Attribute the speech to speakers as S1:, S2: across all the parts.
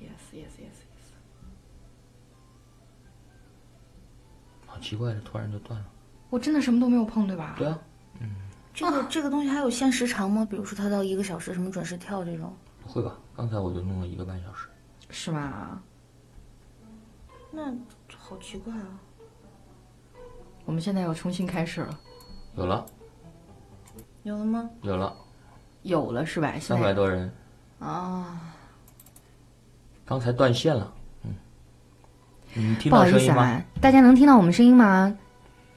S1: yes, yes.
S2: 好奇怪，突然就断了。
S1: 我真的什么都没有碰，对吧？
S2: 对啊，
S3: 这个这个东西还有限时长吗？比如说它到一个小时什么准时跳这种？
S2: 不会吧？刚才我就弄了一个半小时。
S1: 是吧？
S3: 那好奇怪啊！
S1: 我们现在要重新开始了，
S2: 有了，
S3: 有了吗？
S2: 有了，
S1: 有了是吧？现在
S2: 三百多人，
S1: 啊，
S2: 刚才断线了。嗯，你听
S1: 不
S2: 到
S1: 好意
S2: 声
S1: 思
S2: 音吗？
S1: 啊，大家能听到我们声音吗？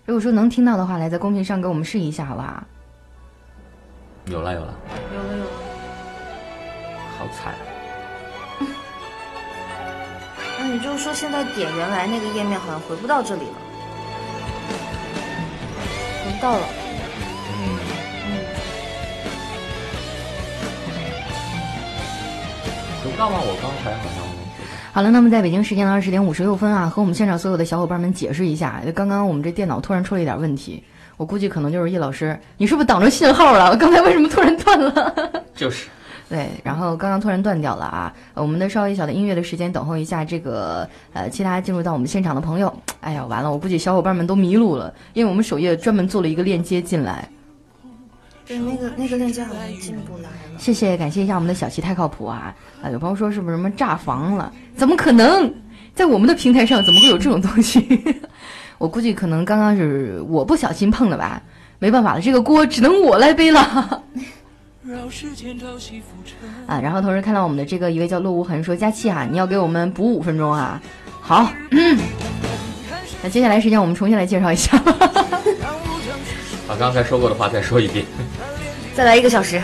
S1: 如果说能听到的话，来在公屏上给我们试一下，好吧？
S2: 有了，有了，
S3: 有了有了。
S2: 好惨。啊
S3: 那你就是说现在点原来那个页面好像回不到这里了，回不到了。
S2: 嗯，
S3: 嗯，
S2: 回不到吗？我刚才好像觉得
S1: 好了，那么在北京时间的二十点五十六分啊，和我们现场所有的小伙伴们解释一下，刚刚我们这电脑突然出了一点问题，我估计可能就是叶老师，你是不是挡着信号了？刚才为什么突然断了？
S2: 就是
S1: 对，然后刚刚突然断掉了啊，呃我们的稍微小的音乐的时间，等候一下这个呃，其他进入到我们现场的朋友，哎呀，完了，我估计小伙伴们都迷路了，因为我们首页专门做了一个链接进来。
S3: 对，那个那个链接好像进不来了。
S1: 谢谢，感谢一下我们的小齐太靠谱啊！啊，有朋友说是不是什么炸房了？怎么可能？在我们的平台上怎么会有这种东西？ 我估计可能刚刚是我不小心碰了吧，没办法了，这个锅只能我来背了。
S4: 绕世间朝夕浮沉。
S1: 啊，然后同时看到我们的这个一位叫陆无痕说：“佳期啊，你要给我们补五分钟啊。”好，嗯那接下来时间我们重新来介绍一下 吧。
S2: 把刚才说过的话再说一 遍。
S3: 再来一个小时。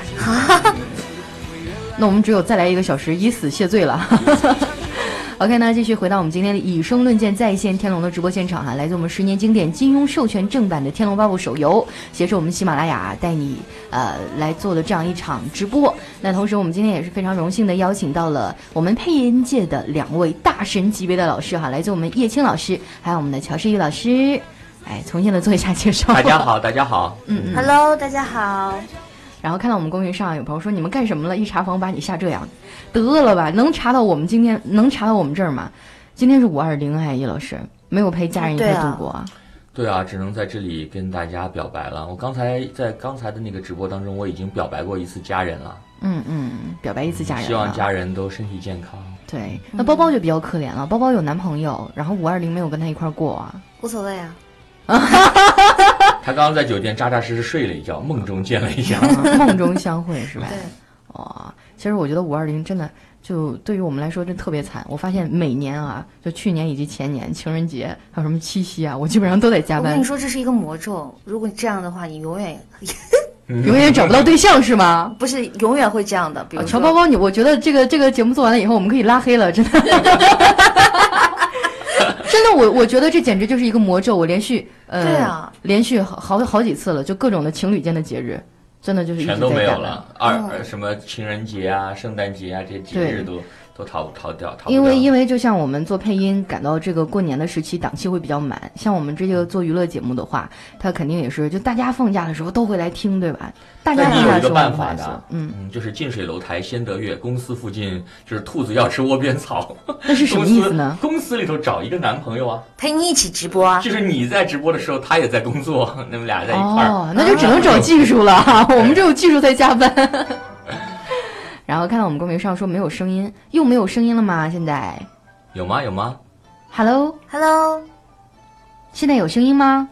S1: 那我们只有再来一个小时，以死谢罪了。OK，那继续回到我们今天的以声论剑在线天龙的直播现场哈、来自我们十年经典金庸授权正版的《天龙八部》手游，携手我们喜马拉雅带你呃来做的这样一场直播。那同时，我们今天也是非常荣幸的邀请到了我们配音界的两位大神级别的老师哈、来自我们叶青老师，还有我们的乔世玉老师。哎，重新的做一下介绍。
S2: 大家好，大家好。嗯嗯，
S3: Hello，大家好。
S1: 然后看到我们公屏上有朋友说你们干什么了？一查房把你吓这样，得了吧？能查到我们今天能查到我们这儿吗？今天是五二零哎，叶老师没有陪家人一块
S3: 对啊
S1: 度过啊。
S2: 对啊，只能在这里跟大家表白了。我刚才在刚才的那个直播当中，我已经表白过一次家人了，
S1: 嗯嗯，表白一次家人啊，
S2: 希望家人都身体健康。
S1: 对。
S3: 嗯
S1: 那包包就比较可怜了，包包有男朋友，然后五二零没有跟他一块儿过啊。
S3: 无所谓啊，
S2: 他刚刚在酒店扎扎实实睡了一觉，梦中见了 一下。
S1: 啊 梦中相会是吧？
S3: 对，
S1: 哇、其实我觉得五二零真的就对于我们来说真特别惨。我发现每年啊，就去年以及前年情人节还有什么七夕啊，我基本上都在加
S3: 我跟
S1: 班
S3: 你，说这是一个魔咒，如果你这样的话，你永远
S2: 嗯
S1: 永远找不到对象是吗？
S3: 不是永远会这样的。比
S1: 啊，
S3: 如
S1: 乔
S3: 说，
S1: 包包，你我觉得这个这个节目做完了以后，我们可以拉黑了，真的。 真的，我我觉得这简直就是一个魔咒。我连续呃，
S3: 对啊
S1: 连续好好好几次了，就各种的情侣间的节日，真的就是一直
S2: 全都
S1: 在
S2: 没有
S1: 改版嗯
S2: 了，二、呃什么情人节啊、圣诞节啊这些节日都都逃逃掉，逃不掉
S1: 因为因
S2: 为
S1: 为就像我们做配音，赶到这个过年的时期，档期会比较满。像我们这个做娱乐节目的话，它肯定也是就大家放假的时候都会来听，对吧？大家
S2: 那
S1: 放
S2: 你
S1: 假
S2: 有
S1: 的
S2: 一
S1: 时
S2: 个
S1: 候
S2: 办
S1: 都
S2: 法
S1: 来做
S2: 的，
S1: 嗯，
S2: 就是近水楼台先得月，公司附近就是兔子要吃窝 边草，
S1: 那是什么意思呢？
S2: 公司？公司里头找一个男朋友啊，
S3: 陪你一起直播啊。
S2: 就是你在直播的时候，他也在工作， 你们俩在一块儿。
S1: 哦，那就只能找技术了， 我们只有技术在加班。然后看到我们公屏上说没有声音，又没有声音了吗？现在
S2: 有吗？有吗？
S1: ，Hello，
S3: Hello，
S1: 现在有声音吗？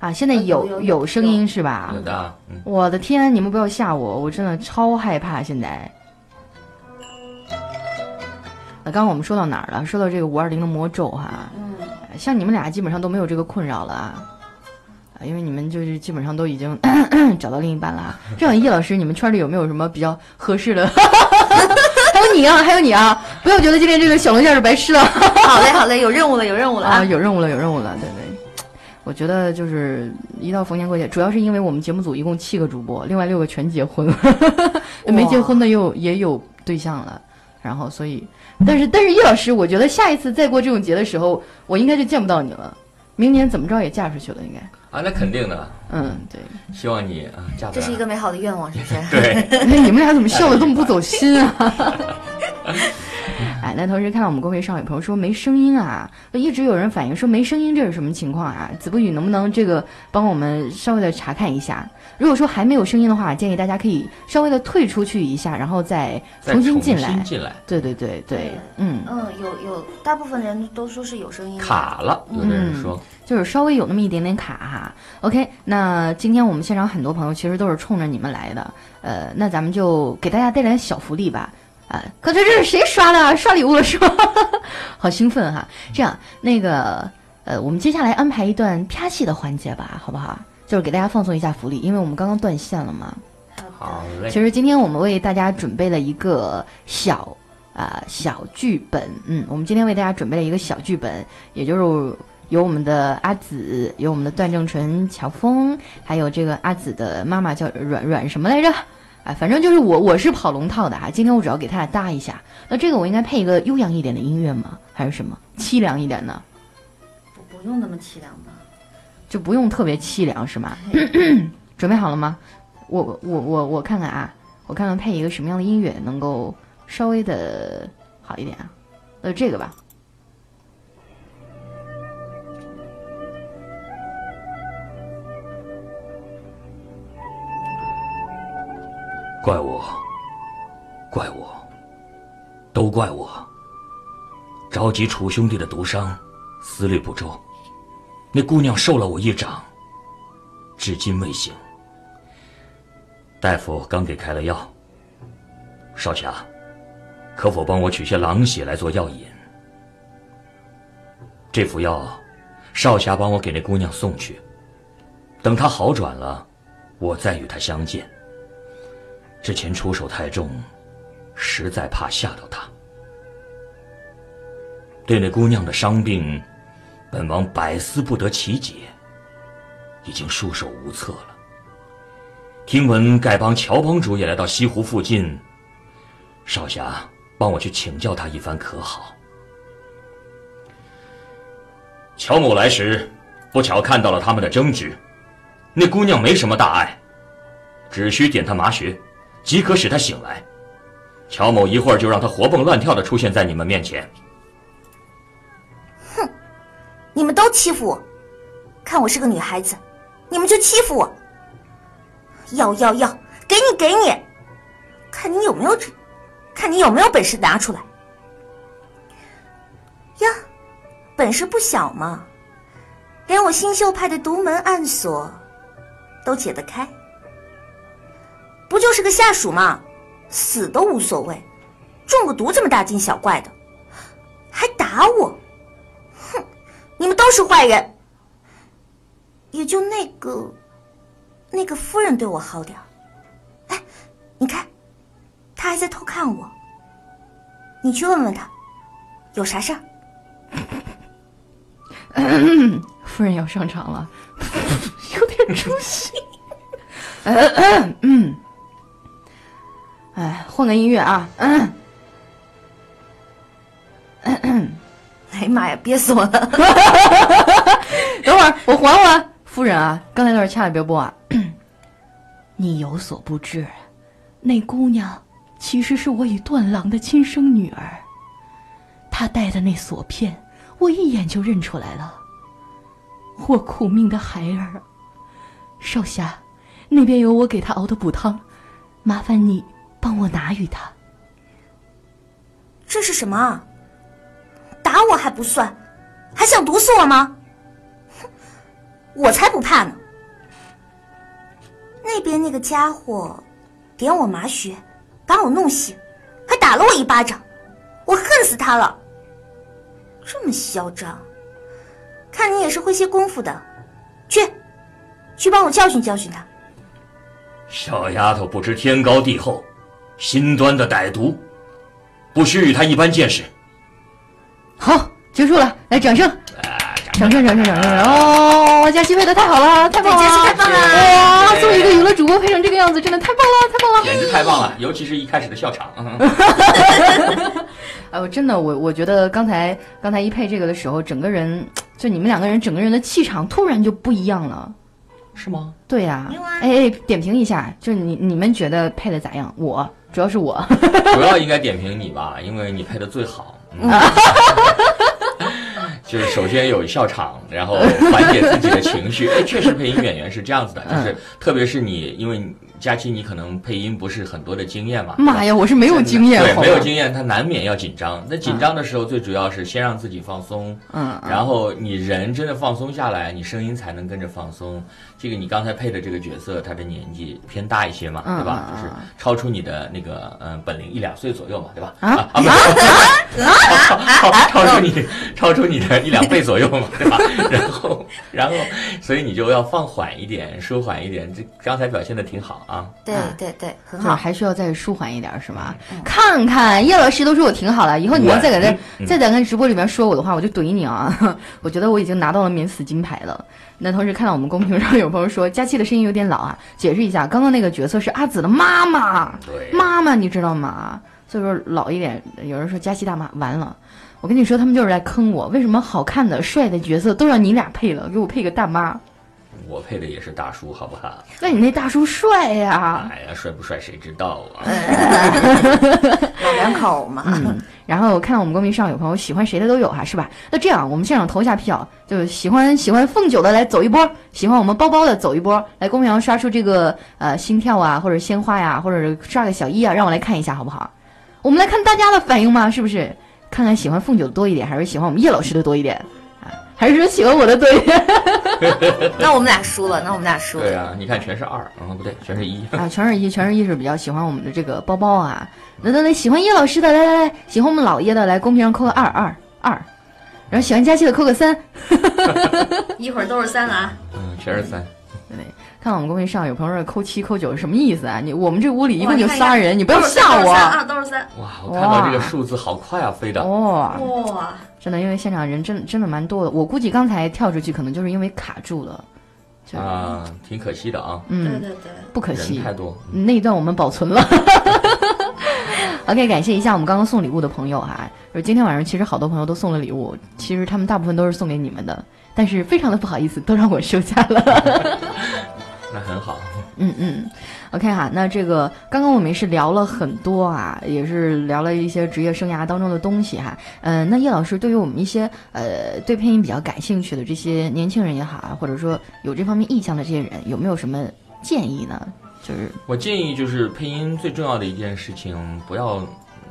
S1: 啊，现在有
S3: 有有有
S1: 有声音是吧
S2: 有？的啊，嗯，
S1: 我的天，你们不要吓我，我真的超害怕现在。那刚刚我们说到哪儿了？说到这个五二零的魔咒哈、
S3: 嗯，
S1: 像你们俩基本上都没有这个困扰了啊，啊，因为你们就是基本上都已经 找到另一半了啊。这样，叶老师，你们圈里有没有什么比较合适的？ 还有你啊，还有你啊！不要觉得今天这个小龙虾是白吃的
S3: 好嘞好嘞，有任务了有任务了
S1: 啊，
S3: 啊。
S1: 有任务了，有任务了，对对。我觉得就是一到逢年过节，主要是因为我们节目组一共七个主播，另外六个全结婚了，没结婚的也有也有对象了，然后所以，但是但是叶老师，我觉得下一次再过这种节的时候，我应该就见不到你了。明年怎么着也嫁出去了，应该。
S2: 啊，那肯定的，
S1: 嗯，对。
S2: 希望你啊嫁不
S3: 嗯 这是一个美好的愿望，是不是？
S2: 对，
S1: 哎，你们俩怎么笑的这么不走心啊？哎那同时看到我们公屏上有朋友说没声音啊，一直有人反映说没声音，这是什么情况啊？子不语能不能这个帮我们稍微的查看一下？如果说还没有声音的话，建议大家可以稍微的退出去一下，然后再
S2: 再
S1: 重新
S2: 重
S1: 进来。
S2: 新进来，
S1: 对对对对
S5: 对，
S1: 嗯，
S5: 嗯，有有，大部分人都说是有声音的
S2: 卡了，有的
S1: 嗯
S2: 人说，
S1: 就是稍微有那么一点点卡哈。OK，那今天我们现场很多朋友其实都是冲着你们来的，呃，那咱们就给大家带来小福利吧。啊，可这这是谁刷的啊？刷礼物了是吧？ 好兴奋哈！这样，那个呃，我们接下来安排一段啪戏的环节吧，好不好？就是给大家放松一下福利，因为我们刚刚断线了嘛。
S3: 呃
S2: 好嘞，
S1: 其实今天我们为大家准备了一个小啊、小剧本，嗯，我们今天为大家准备了一个小剧本，也就是有我们的阿紫，有我们的段正淳、乔峰，还有这个阿紫的妈妈叫阮阮什么来着？啊，反正就是我，我是跑龙套的啊。今天我主要给他俩搭一下。那这个我应该配一个悠扬一点的音乐吗？还是什么凄凉一点的？
S5: 不不用那么凄凉吧？
S1: 就不用特别凄凉是 吗？准备好了吗？我我我我看看啊，我看看配一个什么样的音乐能够稍微的好一点啊？呃，这个吧。
S2: 怪我，怪我，都怪我。着急楚兄弟的毒伤，思虑不周，那姑娘受了我一掌，至今未醒。大夫刚给开了药。少侠，可否帮我取些狼血来做药引？这副药，少侠帮我给那姑娘送去，等她好转了，我再与她相见。之前出手太重，实在怕吓到她。对那姑娘的伤病，本王百思不得其解，已经束手无策了。听闻丐帮乔帮主也来到西湖附近，少侠帮我去请教他一番，可好？乔某来时，不巧看到了他们的争执，那姑娘没什么大碍，只需点她麻穴，即可使她醒来。乔某一会儿就让她活蹦乱跳的出现在你们面前。
S3: 你们都欺负我，看我是个女孩子，你们就欺负我。要要要，给你给你，看你有没有这，看你有没有本事拿出来。呀，本事不小嘛，连我新秀派的独门暗锁都解得开，不就是个下属嘛，死都无所谓，中个毒这么大惊小怪的，还打我。你们都是坏人。也就那个，那个夫人对我好点儿。哎，你看，她还在偷看我。你去问问她，有啥事儿？
S1: 夫人要上场了， 有点出息。 嗯，哎，换个音乐啊。嗯，
S3: 哎呀妈呀，憋死我了！
S1: 等会儿我缓缓。夫人啊，刚才那段千万别播啊。 你有所不知，那姑娘其实是我与段郎的亲生女儿。她戴的那锁片，我一眼就认出来了。我苦命的孩儿，少侠，那边有我给她熬的补汤，麻烦你帮我拿与她。
S3: 这是什么啊？打我还不算，还想毒死我吗？哼我才不怕呢！那边那个家伙点我麻穴，把我弄醒，还打了我一巴掌，我恨死他了！这么嚣张，看你也是会些功夫的，去，去帮我教训教训他。
S2: 小丫头不知天高地厚，心端的歹毒，不须与她一般见识。
S1: 好，结束了，来掌声。
S2: 哎
S1: 掌声，掌声，掌声！哦，佳琪配的太好了，太棒了！
S3: 对佳琪太棒了
S1: 哇，作为一个娱乐主播配成这个样子，真的太棒了，太棒了！
S2: 简直太棒了，尤其是一开始的笑场。
S1: 哎，我真的，我我觉得刚才刚才一配这个的时候，整个人就你们两个人整个人的气场突然就不一样了。
S2: 是吗？
S1: 对呀、
S5: 没有啊
S1: 哎哎，点评一下，就是你你们觉得配的咋样？我主要是我，
S2: 主要应该点评你吧，因为你配的最好。 就是首先有笑场，然后缓解自己的情绪。哎，确实配音演员是这样子的，就是特别是你，因为佳期你可能配音不是很多的经验嘛，
S1: 妈呀，我是没有经验，
S2: 对，
S1: 好吧
S2: 没有经验，他难免要紧张。那紧张的时候，最主要是先让自己放松，
S1: 嗯，
S2: 然后你人真的放松下来，你声音才能跟着放松。这个你刚才配的这个角色，他的年纪偏大一些嘛，
S1: 嗯
S2: 对吧？
S1: 嗯
S2: 就是
S1: 嗯
S2: 超出你的那个嗯、呃本龄一两岁左右嘛，对吧？
S1: 啊
S2: 啊，没有，超超出你超出你的一两倍左右嘛，对吧？ 然后然后，所以你就要放缓一点，舒缓一点。这刚才表现的挺好啊，
S3: 对
S1: 啊
S3: 对对，很
S1: 就是
S3: 好。
S1: 还需要再舒缓一点，是吗？看看叶老师都说我挺好了，以后你要再敢在、
S2: 嗯
S1: 再敢在直播里面说我的话，我就怼你啊！ 我觉得我已经拿到了免死金牌了。那同时看到我们公屏上有朋友说佳期的声音有点老啊，解释一下，刚刚那个角色是阿紫的妈妈，
S2: 对
S1: 妈妈你知道吗？所以说老一点，有人说佳期大妈完了。我跟你说，他们就是来坑我。为什么好看的、帅的角色都让你俩配了，给我配个大妈？
S2: 我配的也是大叔，好不好？
S1: 那你那大叔帅呀、
S2: 哎呀，帅不帅谁知道啊？
S3: 老嗯 两口嘛，
S1: 然后看到我们公屏上有朋友喜欢谁的都有哈、是吧？那这样我们现场投一下票，就是喜欢喜欢凤九的来走一波，喜欢我们包包的走一波，来公屏上刷出这个呃心跳啊，或者鲜花呀、或者是刷个小一啊，让我来看一下好不好？我们来看大家的反应嘛，是不是？看看喜欢凤九的多一点，还是喜欢我们叶老师的多一点啊？还是说喜欢我的多一点
S3: 那我们俩输了，那我们俩输
S2: 对
S3: 了。
S2: 啊，你看全是二，嗯，不对，全是一。
S1: 啊？全是一，全是一是比较喜欢我们的这个包包啊。那那那喜欢叶老师的来来来，喜欢我们老爷的来公屏上扣个二二二，然后喜欢佳期的扣个三。
S3: 一会儿都是三了啊。
S2: 嗯，全是三。
S1: 看我们公屏上有朋友说扣七扣九是什么意思啊？你我们这屋里一
S3: 哇
S1: 共就仨人，你不要吓我！啊
S3: 都是三，
S2: 哇，我看到这个数字好快啊，飞的。
S1: 哦，
S3: 哇！
S1: 真的，因为现场人真真的蛮多的，我估计刚才跳出去可能就是因为卡住了，就、
S2: 啊，挺可惜的啊，
S1: 嗯，
S3: 对对，
S1: 不可惜
S2: 人太多。
S1: 那一段我们保存了。OK，感谢一下我们刚刚送礼物的朋友哈、就是今天晚上其实好多朋友都送了礼物，其实他们大部分都是送给你们的，但是非常的不好意思，都让我收下了。
S2: 那很好。
S1: 嗯嗯，OK 哈，那这个刚刚我们也是聊了很多啊，也是聊了一些职业生涯当中的东西哈。嗯、那叶老师对于我们一些呃对配音比较感兴趣的这些年轻人也好啊，或者说有这方面意向的这些人，有没有什么建议呢？就是
S2: 我建议就是配音最重要的一件事情，不要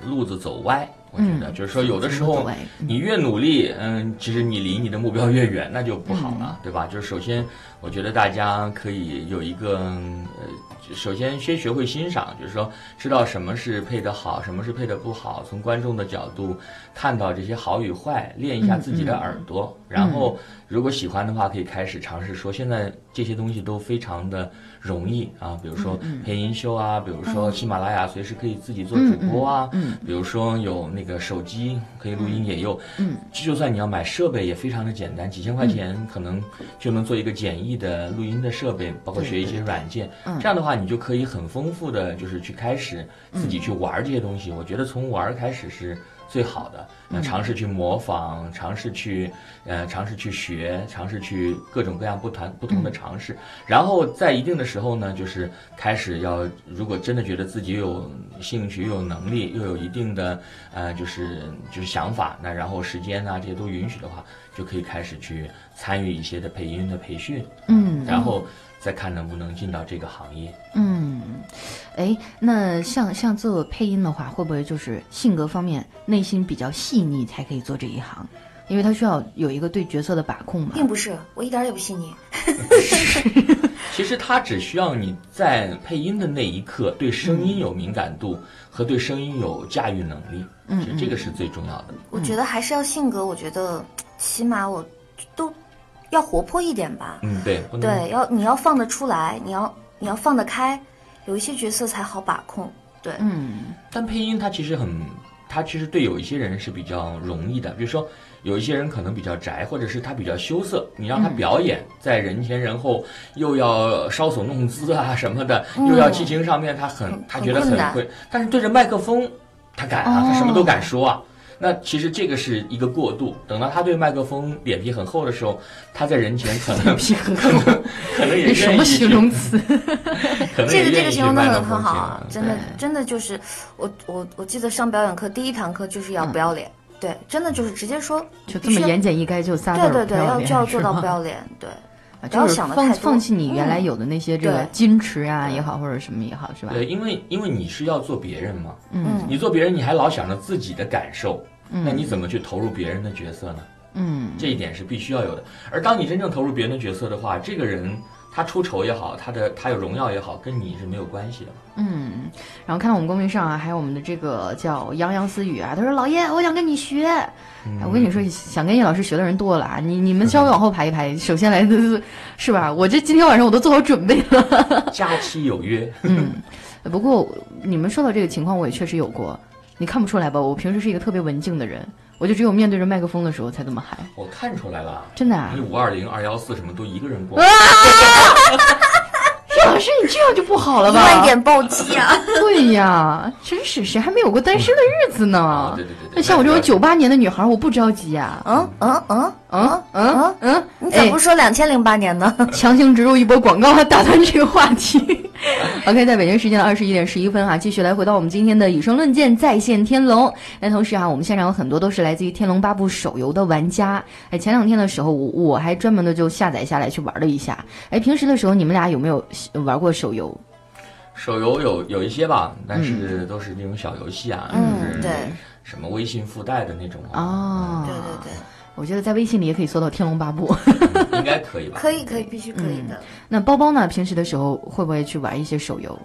S2: 路子走歪。我觉得就是说，有的时
S1: 怎么
S2: 候
S1: 嗯走哎嗯
S2: 你越努力，嗯，其实你离你的目标越远，那就不好
S1: 嗯
S2: 了，对吧？就是首先，我觉得大家可以有一个，嗯呃，首先先学会欣赏，就是说知道什么是配的好，什么是配的不好，从观众的角度看到这些好与坏，练
S1: 嗯
S2: 一下自己的耳朵，然后如果喜欢的话，可以开始尝试说，现在这些东西都非常的容易啊，比如说
S1: 嗯
S2: 配音秀啊，比如说喜马拉雅随时可以自己做主播啊，
S1: 嗯
S2: 比如说有那个手机可以录音也有，
S1: 嗯，
S2: 就算你要买设备也非常的简单，几千块钱可能就能做一个简易的录音的设备，包括
S1: 对
S2: 学一
S1: 对
S2: 些软件，
S1: 嗯
S2: 这样的话你就可以很丰富的就是去开始自己去玩儿这些东西，我觉得从玩儿开始是最好的，
S1: 嗯
S2: 那尝试去模仿，尝试去呃尝试去学，尝试去各种各样不同不同
S1: 嗯
S2: 的尝试，然后在一定的时候呢，就是开始要，如果真的觉得自己有兴趣、又有能力、又有一定的呃，就是就是想法，那然后时间啊这些都允许的话，就可以开始去参与一些的配音的培训，
S1: 嗯
S2: 然后再看能不能进到这个行业。
S1: 嗯，哎，那像像做配音的话，会不会就是性格方面内心比较细腻才可以做这一行？因为他需要有一个对角色的把控嘛。
S3: 并不是，我一点儿也不信你。
S2: 其实它只需要你在配音的那一刻对声音有敏感度和对声音有驾驭能力，
S1: 嗯
S2: 其实这个是最重要的。
S3: 我觉得还是要性格，我觉得起码我都要活泼一点吧。
S2: 嗯，对，不能
S3: 对，要你要放得出来，你要你要放得开，有一些角色才好把控。对，
S1: 嗯
S2: 但配音它其实很，它其实对有一些人是比较容易的，比如说有一些人可能比较宅，或者是他比较羞涩，你让他表演、在人前人后，又要搔首弄姿啊什么的，又要激情上面，他很
S3: 嗯很
S2: 他
S3: 很
S2: 觉得
S3: 困
S2: 很
S3: 难哦
S2: 会，但是对着麦克风，他敢啊，他什么都敢说啊。那其实这个是一个过渡，等到他对麦克风脸皮很厚的时候，他在人前可 能可能可能也
S1: 这什
S2: 愿意
S1: 么
S2: 去
S1: 形容词？
S2: 可能也
S3: 这个这
S2: 愿
S3: 个
S2: 意
S3: 形容
S2: 去
S3: 的
S2: 麦克
S3: 很
S2: 风
S3: 很好
S2: 前
S3: 啊
S2: 嗯，
S3: 真的真的就是我我我记得上表演课第一堂课就是要不要脸，
S6: 对，真的就是直接说，
S1: 嗯就这么
S6: 必须
S1: 言简意�赅，就仨字
S6: 对对
S1: 儿
S6: 对，
S1: 不
S6: 要
S1: 脸
S6: 就要做
S1: 是
S6: 到
S1: 吧
S6: 不要脸，对，
S1: 啊
S6: 不要
S1: 就是
S6: 想得
S1: 放
S6: 太多嗯
S1: 放弃你原来有的那些这个
S6: 对
S1: 矜持啊
S6: 对
S1: 也好，或者什么也好，是吧？
S2: 对，因为因为你是要做别人嘛，
S6: 嗯，
S2: 你做别人你还老想着自己的感受，那你怎么去投入别人的角色呢？
S1: 嗯，
S2: 这一点是必须要有的。而当你真正投入别人的角色的话，这个人他出丑也好，他的他有荣耀也好，跟你是没有关系的嘛。
S1: 嗯，然后看到我们公屏上啊，还有我们的这个叫洋洋私语啊，他说：“老叶，我想跟你学。哎我跟你说，
S2: 嗯
S1: 想跟叶老师学的人多了啊，你你们稍微往后排一排，首先来的是是吧？我这今天晚上我都做好准备了。
S2: 假期有约，
S1: 嗯 不过你们说到这个情况，我也确实有过，你看不出来吧？我平时是一个特别文静的人，我就只有面对着麦克风的时候才这么嗨，
S2: 我看出来了，
S1: 真的啊
S2: 你！五二零、二幺四什么都一个人过，
S1: 叶老师，你这样就不好了
S3: 一万
S1: 吧？
S3: 点暴击啊！
S1: 对呀，真是谁还没有过单身的日子呢
S2: 啊？对对对对
S1: 那像我这种九八年的女孩，我不着急呀。
S3: 嗯嗯嗯
S1: 嗯
S3: 嗯
S1: 嗯
S3: 嗯，
S1: 嗯，
S3: 你咋不说两千零八年呢？
S1: 强行植入一波广告，打断这个话题。OK，在北京时间的二十一点十一分啊，继续来回到我们今天的以声论剑在线天龙。那同时啊，我们现场有很多都是来自于《天龙八部》手游的玩家。哎，前两天的时候，我我还专门的就下载下来去玩了一下。哎，平时的时候你们俩有没有呃玩过手游？
S2: 手游有有一些吧，但是
S1: 嗯
S2: 都是那种小游戏啊，就是
S6: 嗯，对
S2: 什么微信附带的那种啊
S1: 哦，
S6: 对对对，
S1: 我觉得在微信里也可以搜到《天龙八部》。
S2: 嗯应该可以吧？
S6: 可以可以，必须可以的。
S1: 那包包呢？平时的时候会不会去玩一些手游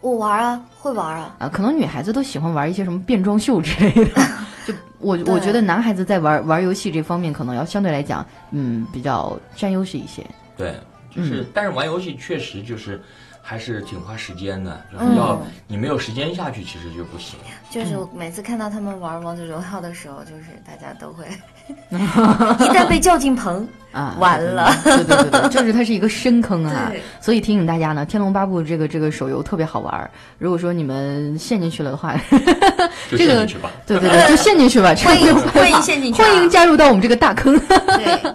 S6: 我玩啊，会玩啊，
S1: 啊？可能女孩子都喜欢玩一些什么变装秀之类的。 就我我觉得男孩子在玩玩游戏这方面，可能要相对来讲，嗯，比较占优势一些。
S2: 对，就是，但是玩游戏确实就是还是挺花时间的，
S1: 嗯
S2: 就是要你没有时间下去，其实就不行。
S6: 嗯就是我每次看到他们玩王者荣耀的时候，就是大家都 会，一旦被叫进棚，
S1: 啊，
S3: 完了，
S1: 对对对对，就是它是一个深坑啊
S6: 对，
S1: 所以提醒大家呢，《天龙八部》这个这个手游特别好玩儿。如果说你们陷进去了的话，
S2: 就
S1: 这
S2: 陷
S1: 个
S2: 进去吧。
S1: 对对对，就陷进去吧，这个
S3: 欢迎
S1: 没有办法
S3: 欢迎陷进去啊
S1: 欢迎加入到我们这个大坑。
S3: 对，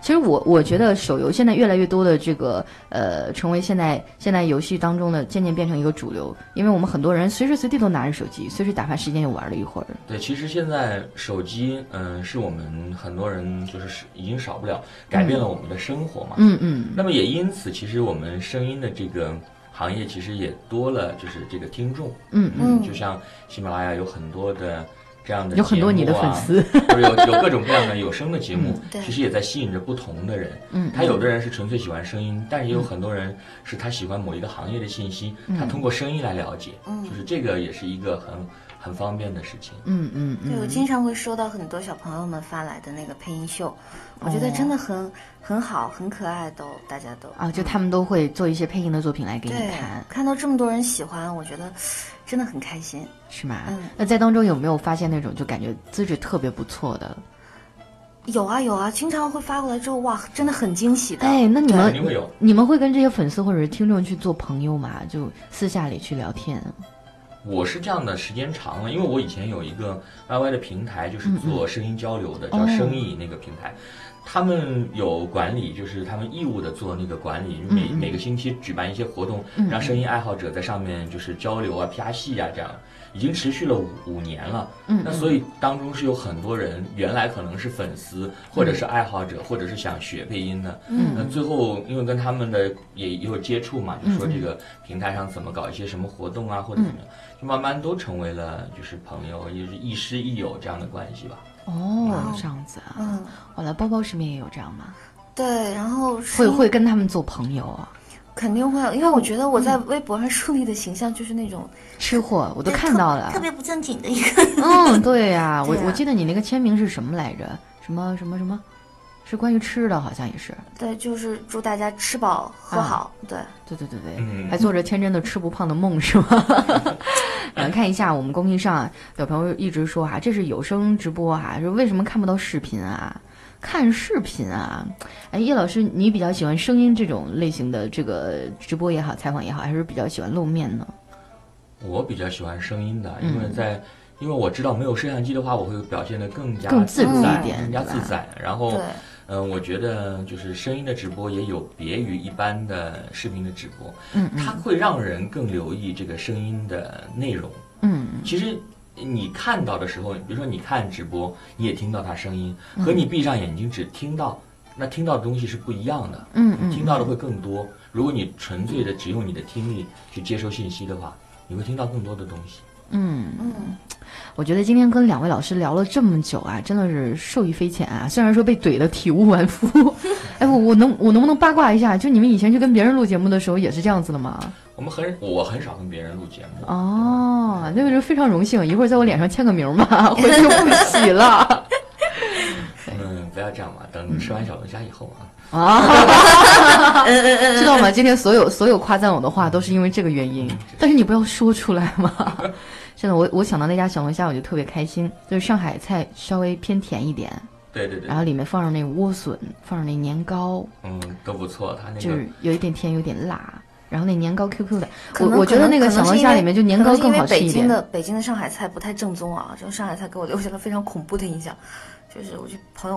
S1: 其实我我觉得手游现在越来越多的这个呃，成为现在现在游戏当中的渐渐变成一个主流，因为我们很多人随时随地都拿着手机，随时打发时间又玩了一会儿。
S2: 对，其实现在手机，嗯、是我们很多人就是是已经少不了，改变了我们的生活嘛。
S1: 嗯嗯
S2: 那么也因此，其实我们声音的这个行业其实也多了，就是这个听众。
S1: 嗯嗯，
S2: 就像喜马拉雅有很多的这样的、
S1: 有很多你的粉，丝，
S2: 或者有有各种各样的有声的节目，
S6: 对
S2: 其实也在吸引着不同的人。
S1: 嗯，
S2: 他有的人是纯粹喜欢声音，但也有很多人是他喜欢某一个行业的信息，
S1: 嗯
S2: 他通过声音来了解，
S6: 嗯
S2: 就是这个也是一个很很方便的事情。
S1: 嗯嗯嗯
S6: 对我经常会收到很多小朋友们发来的那个配音秀，我觉
S1: 哦
S6: 得真的很、很好，很可爱都，大家都
S1: 啊，就他们都会做一些配音的作品来给你
S6: 对
S1: 看，，
S6: 看到这么多人喜欢，我觉得真的很开心。
S1: 是吗
S6: 嗯？
S1: 那在当中有没有发现那种就感觉资质特别不错的？
S6: 有啊有啊，经常会发过来之后，哇，真的很惊喜的。
S1: 哎，那你
S2: 肯
S1: 们
S2: 定会有，
S1: 你们会跟这些粉丝或者是听众去做朋友吗？就私下里去聊天？
S2: 我是这样的，时间长了，因为我以前有一个 YY 的平台，就是做声音交流的，
S1: 嗯哦
S2: 叫声艺那个平台。他们有管理，就是他们义务的做那个管理，
S1: 嗯
S2: 每、每个星期举办一些活动，让声音爱好者在上面就是交流啊、啪戏啊这样，已经持续了五五年了。嗯，那所以当中是有很多人原来可能是粉丝，或
S1: 嗯
S2: 者是爱好者，或者是想学配音的。嗯，那最后因为跟他们的也也有接触嘛，就说
S1: 嗯
S2: 这个平台上怎么搞一些什么活动啊，或者怎么样，就慢慢都成为了就是朋友，也是亦师亦友这样的关系吧。
S1: 哦，这样子啊。嗯，后来包包身边也有这样吗？
S6: 对，然后
S1: 会
S6: 是
S1: 会跟他们做朋友啊？
S6: 肯定会，因为我觉得我在微博上树立的形象就是那种，
S1: 吃货我都看到了
S3: 特。别不正经的一个。
S1: 嗯，对呀、我
S6: 对呀
S1: 我记得你那个签名是什么来着？什么什么什么？是关于吃的，好像也是。
S6: 对，就是祝大家吃饱喝
S1: 啊
S6: 好，对。
S1: 对对对对，
S2: 嗯
S1: 还做着天真的吃不胖的梦是吗？ 来看一下我们公屏上啊有朋友一直说啊，这是有声直播啊，说为什么看不到视频啊？看视频啊，哎，叶老师，你比较喜欢声音这种类型的这个直播也好，采访也好，还是比较喜欢露面呢？
S2: 我比较喜欢声音的，因为
S1: 嗯
S2: 在、因为我知道没有摄像机的话，我会表现得更加
S1: 更自如
S2: 在
S1: 一点
S2: 更加
S1: 对
S2: 自
S1: 吧
S2: 在。然
S1: 哦
S2: 后
S6: 对，
S2: 嗯、我觉得就是声音的直播也有别于一般的视频的直播，
S1: 嗯
S2: 它会让人更留意这个声音的内容。
S1: 嗯
S2: 其实你看到的时候，比如说你看直播，你也听到他声音，和你闭上眼睛只听到，那听到的东西是不一样的，
S1: 嗯嗯
S2: 听到的会更多。如果你纯粹的只用你的听力去接收信息的话，你会听到更多的东西。
S1: 嗯
S6: 嗯
S1: 我觉得今天跟两位老师聊了这么久啊，真的是受益匪浅啊。虽然说被怼得体无完肤， 哎，我我能我能不能八卦一下？就你们以前去跟别人录节目的时候也是这样子的吗？
S2: 我们很我很少跟别人录节目，
S1: 哦，那个就非常荣幸，一会儿在我脸上签个 名吧，回去不洗了
S2: 嗯，不要这样嘛，等吃完小龙虾以后啊，
S1: 啊。
S6: 嗯
S1: 知道吗？今天所有所有夸赞我的话都是因为这个原因，但是你不要说出来嘛。 真的，我我想到那家小龙虾，我就特别开心，就是上海菜稍微偏甜一点，
S2: 对对对
S1: 然，后里面放上那莴笋，放上那年糕，
S2: 嗯，都不错，他那
S1: 就
S2: 个
S1: 是有一点甜，有点辣。然后那年糕 QQ 的，
S6: 可
S1: 我
S6: 能
S1: 我觉
S6: 可
S1: 得
S6: 能
S1: 那个
S6: 可能
S1: 小龙
S6: 是因
S1: 虾
S6: 为
S1: 里面就年
S6: 可能
S1: 糕
S6: 是
S1: 更
S6: 因为
S1: 好吃一
S6: 北京
S1: 点。
S6: 的北京的上海菜不太正宗啊，这个上海菜给我留下了非常恐怖的印象，就是我去朋友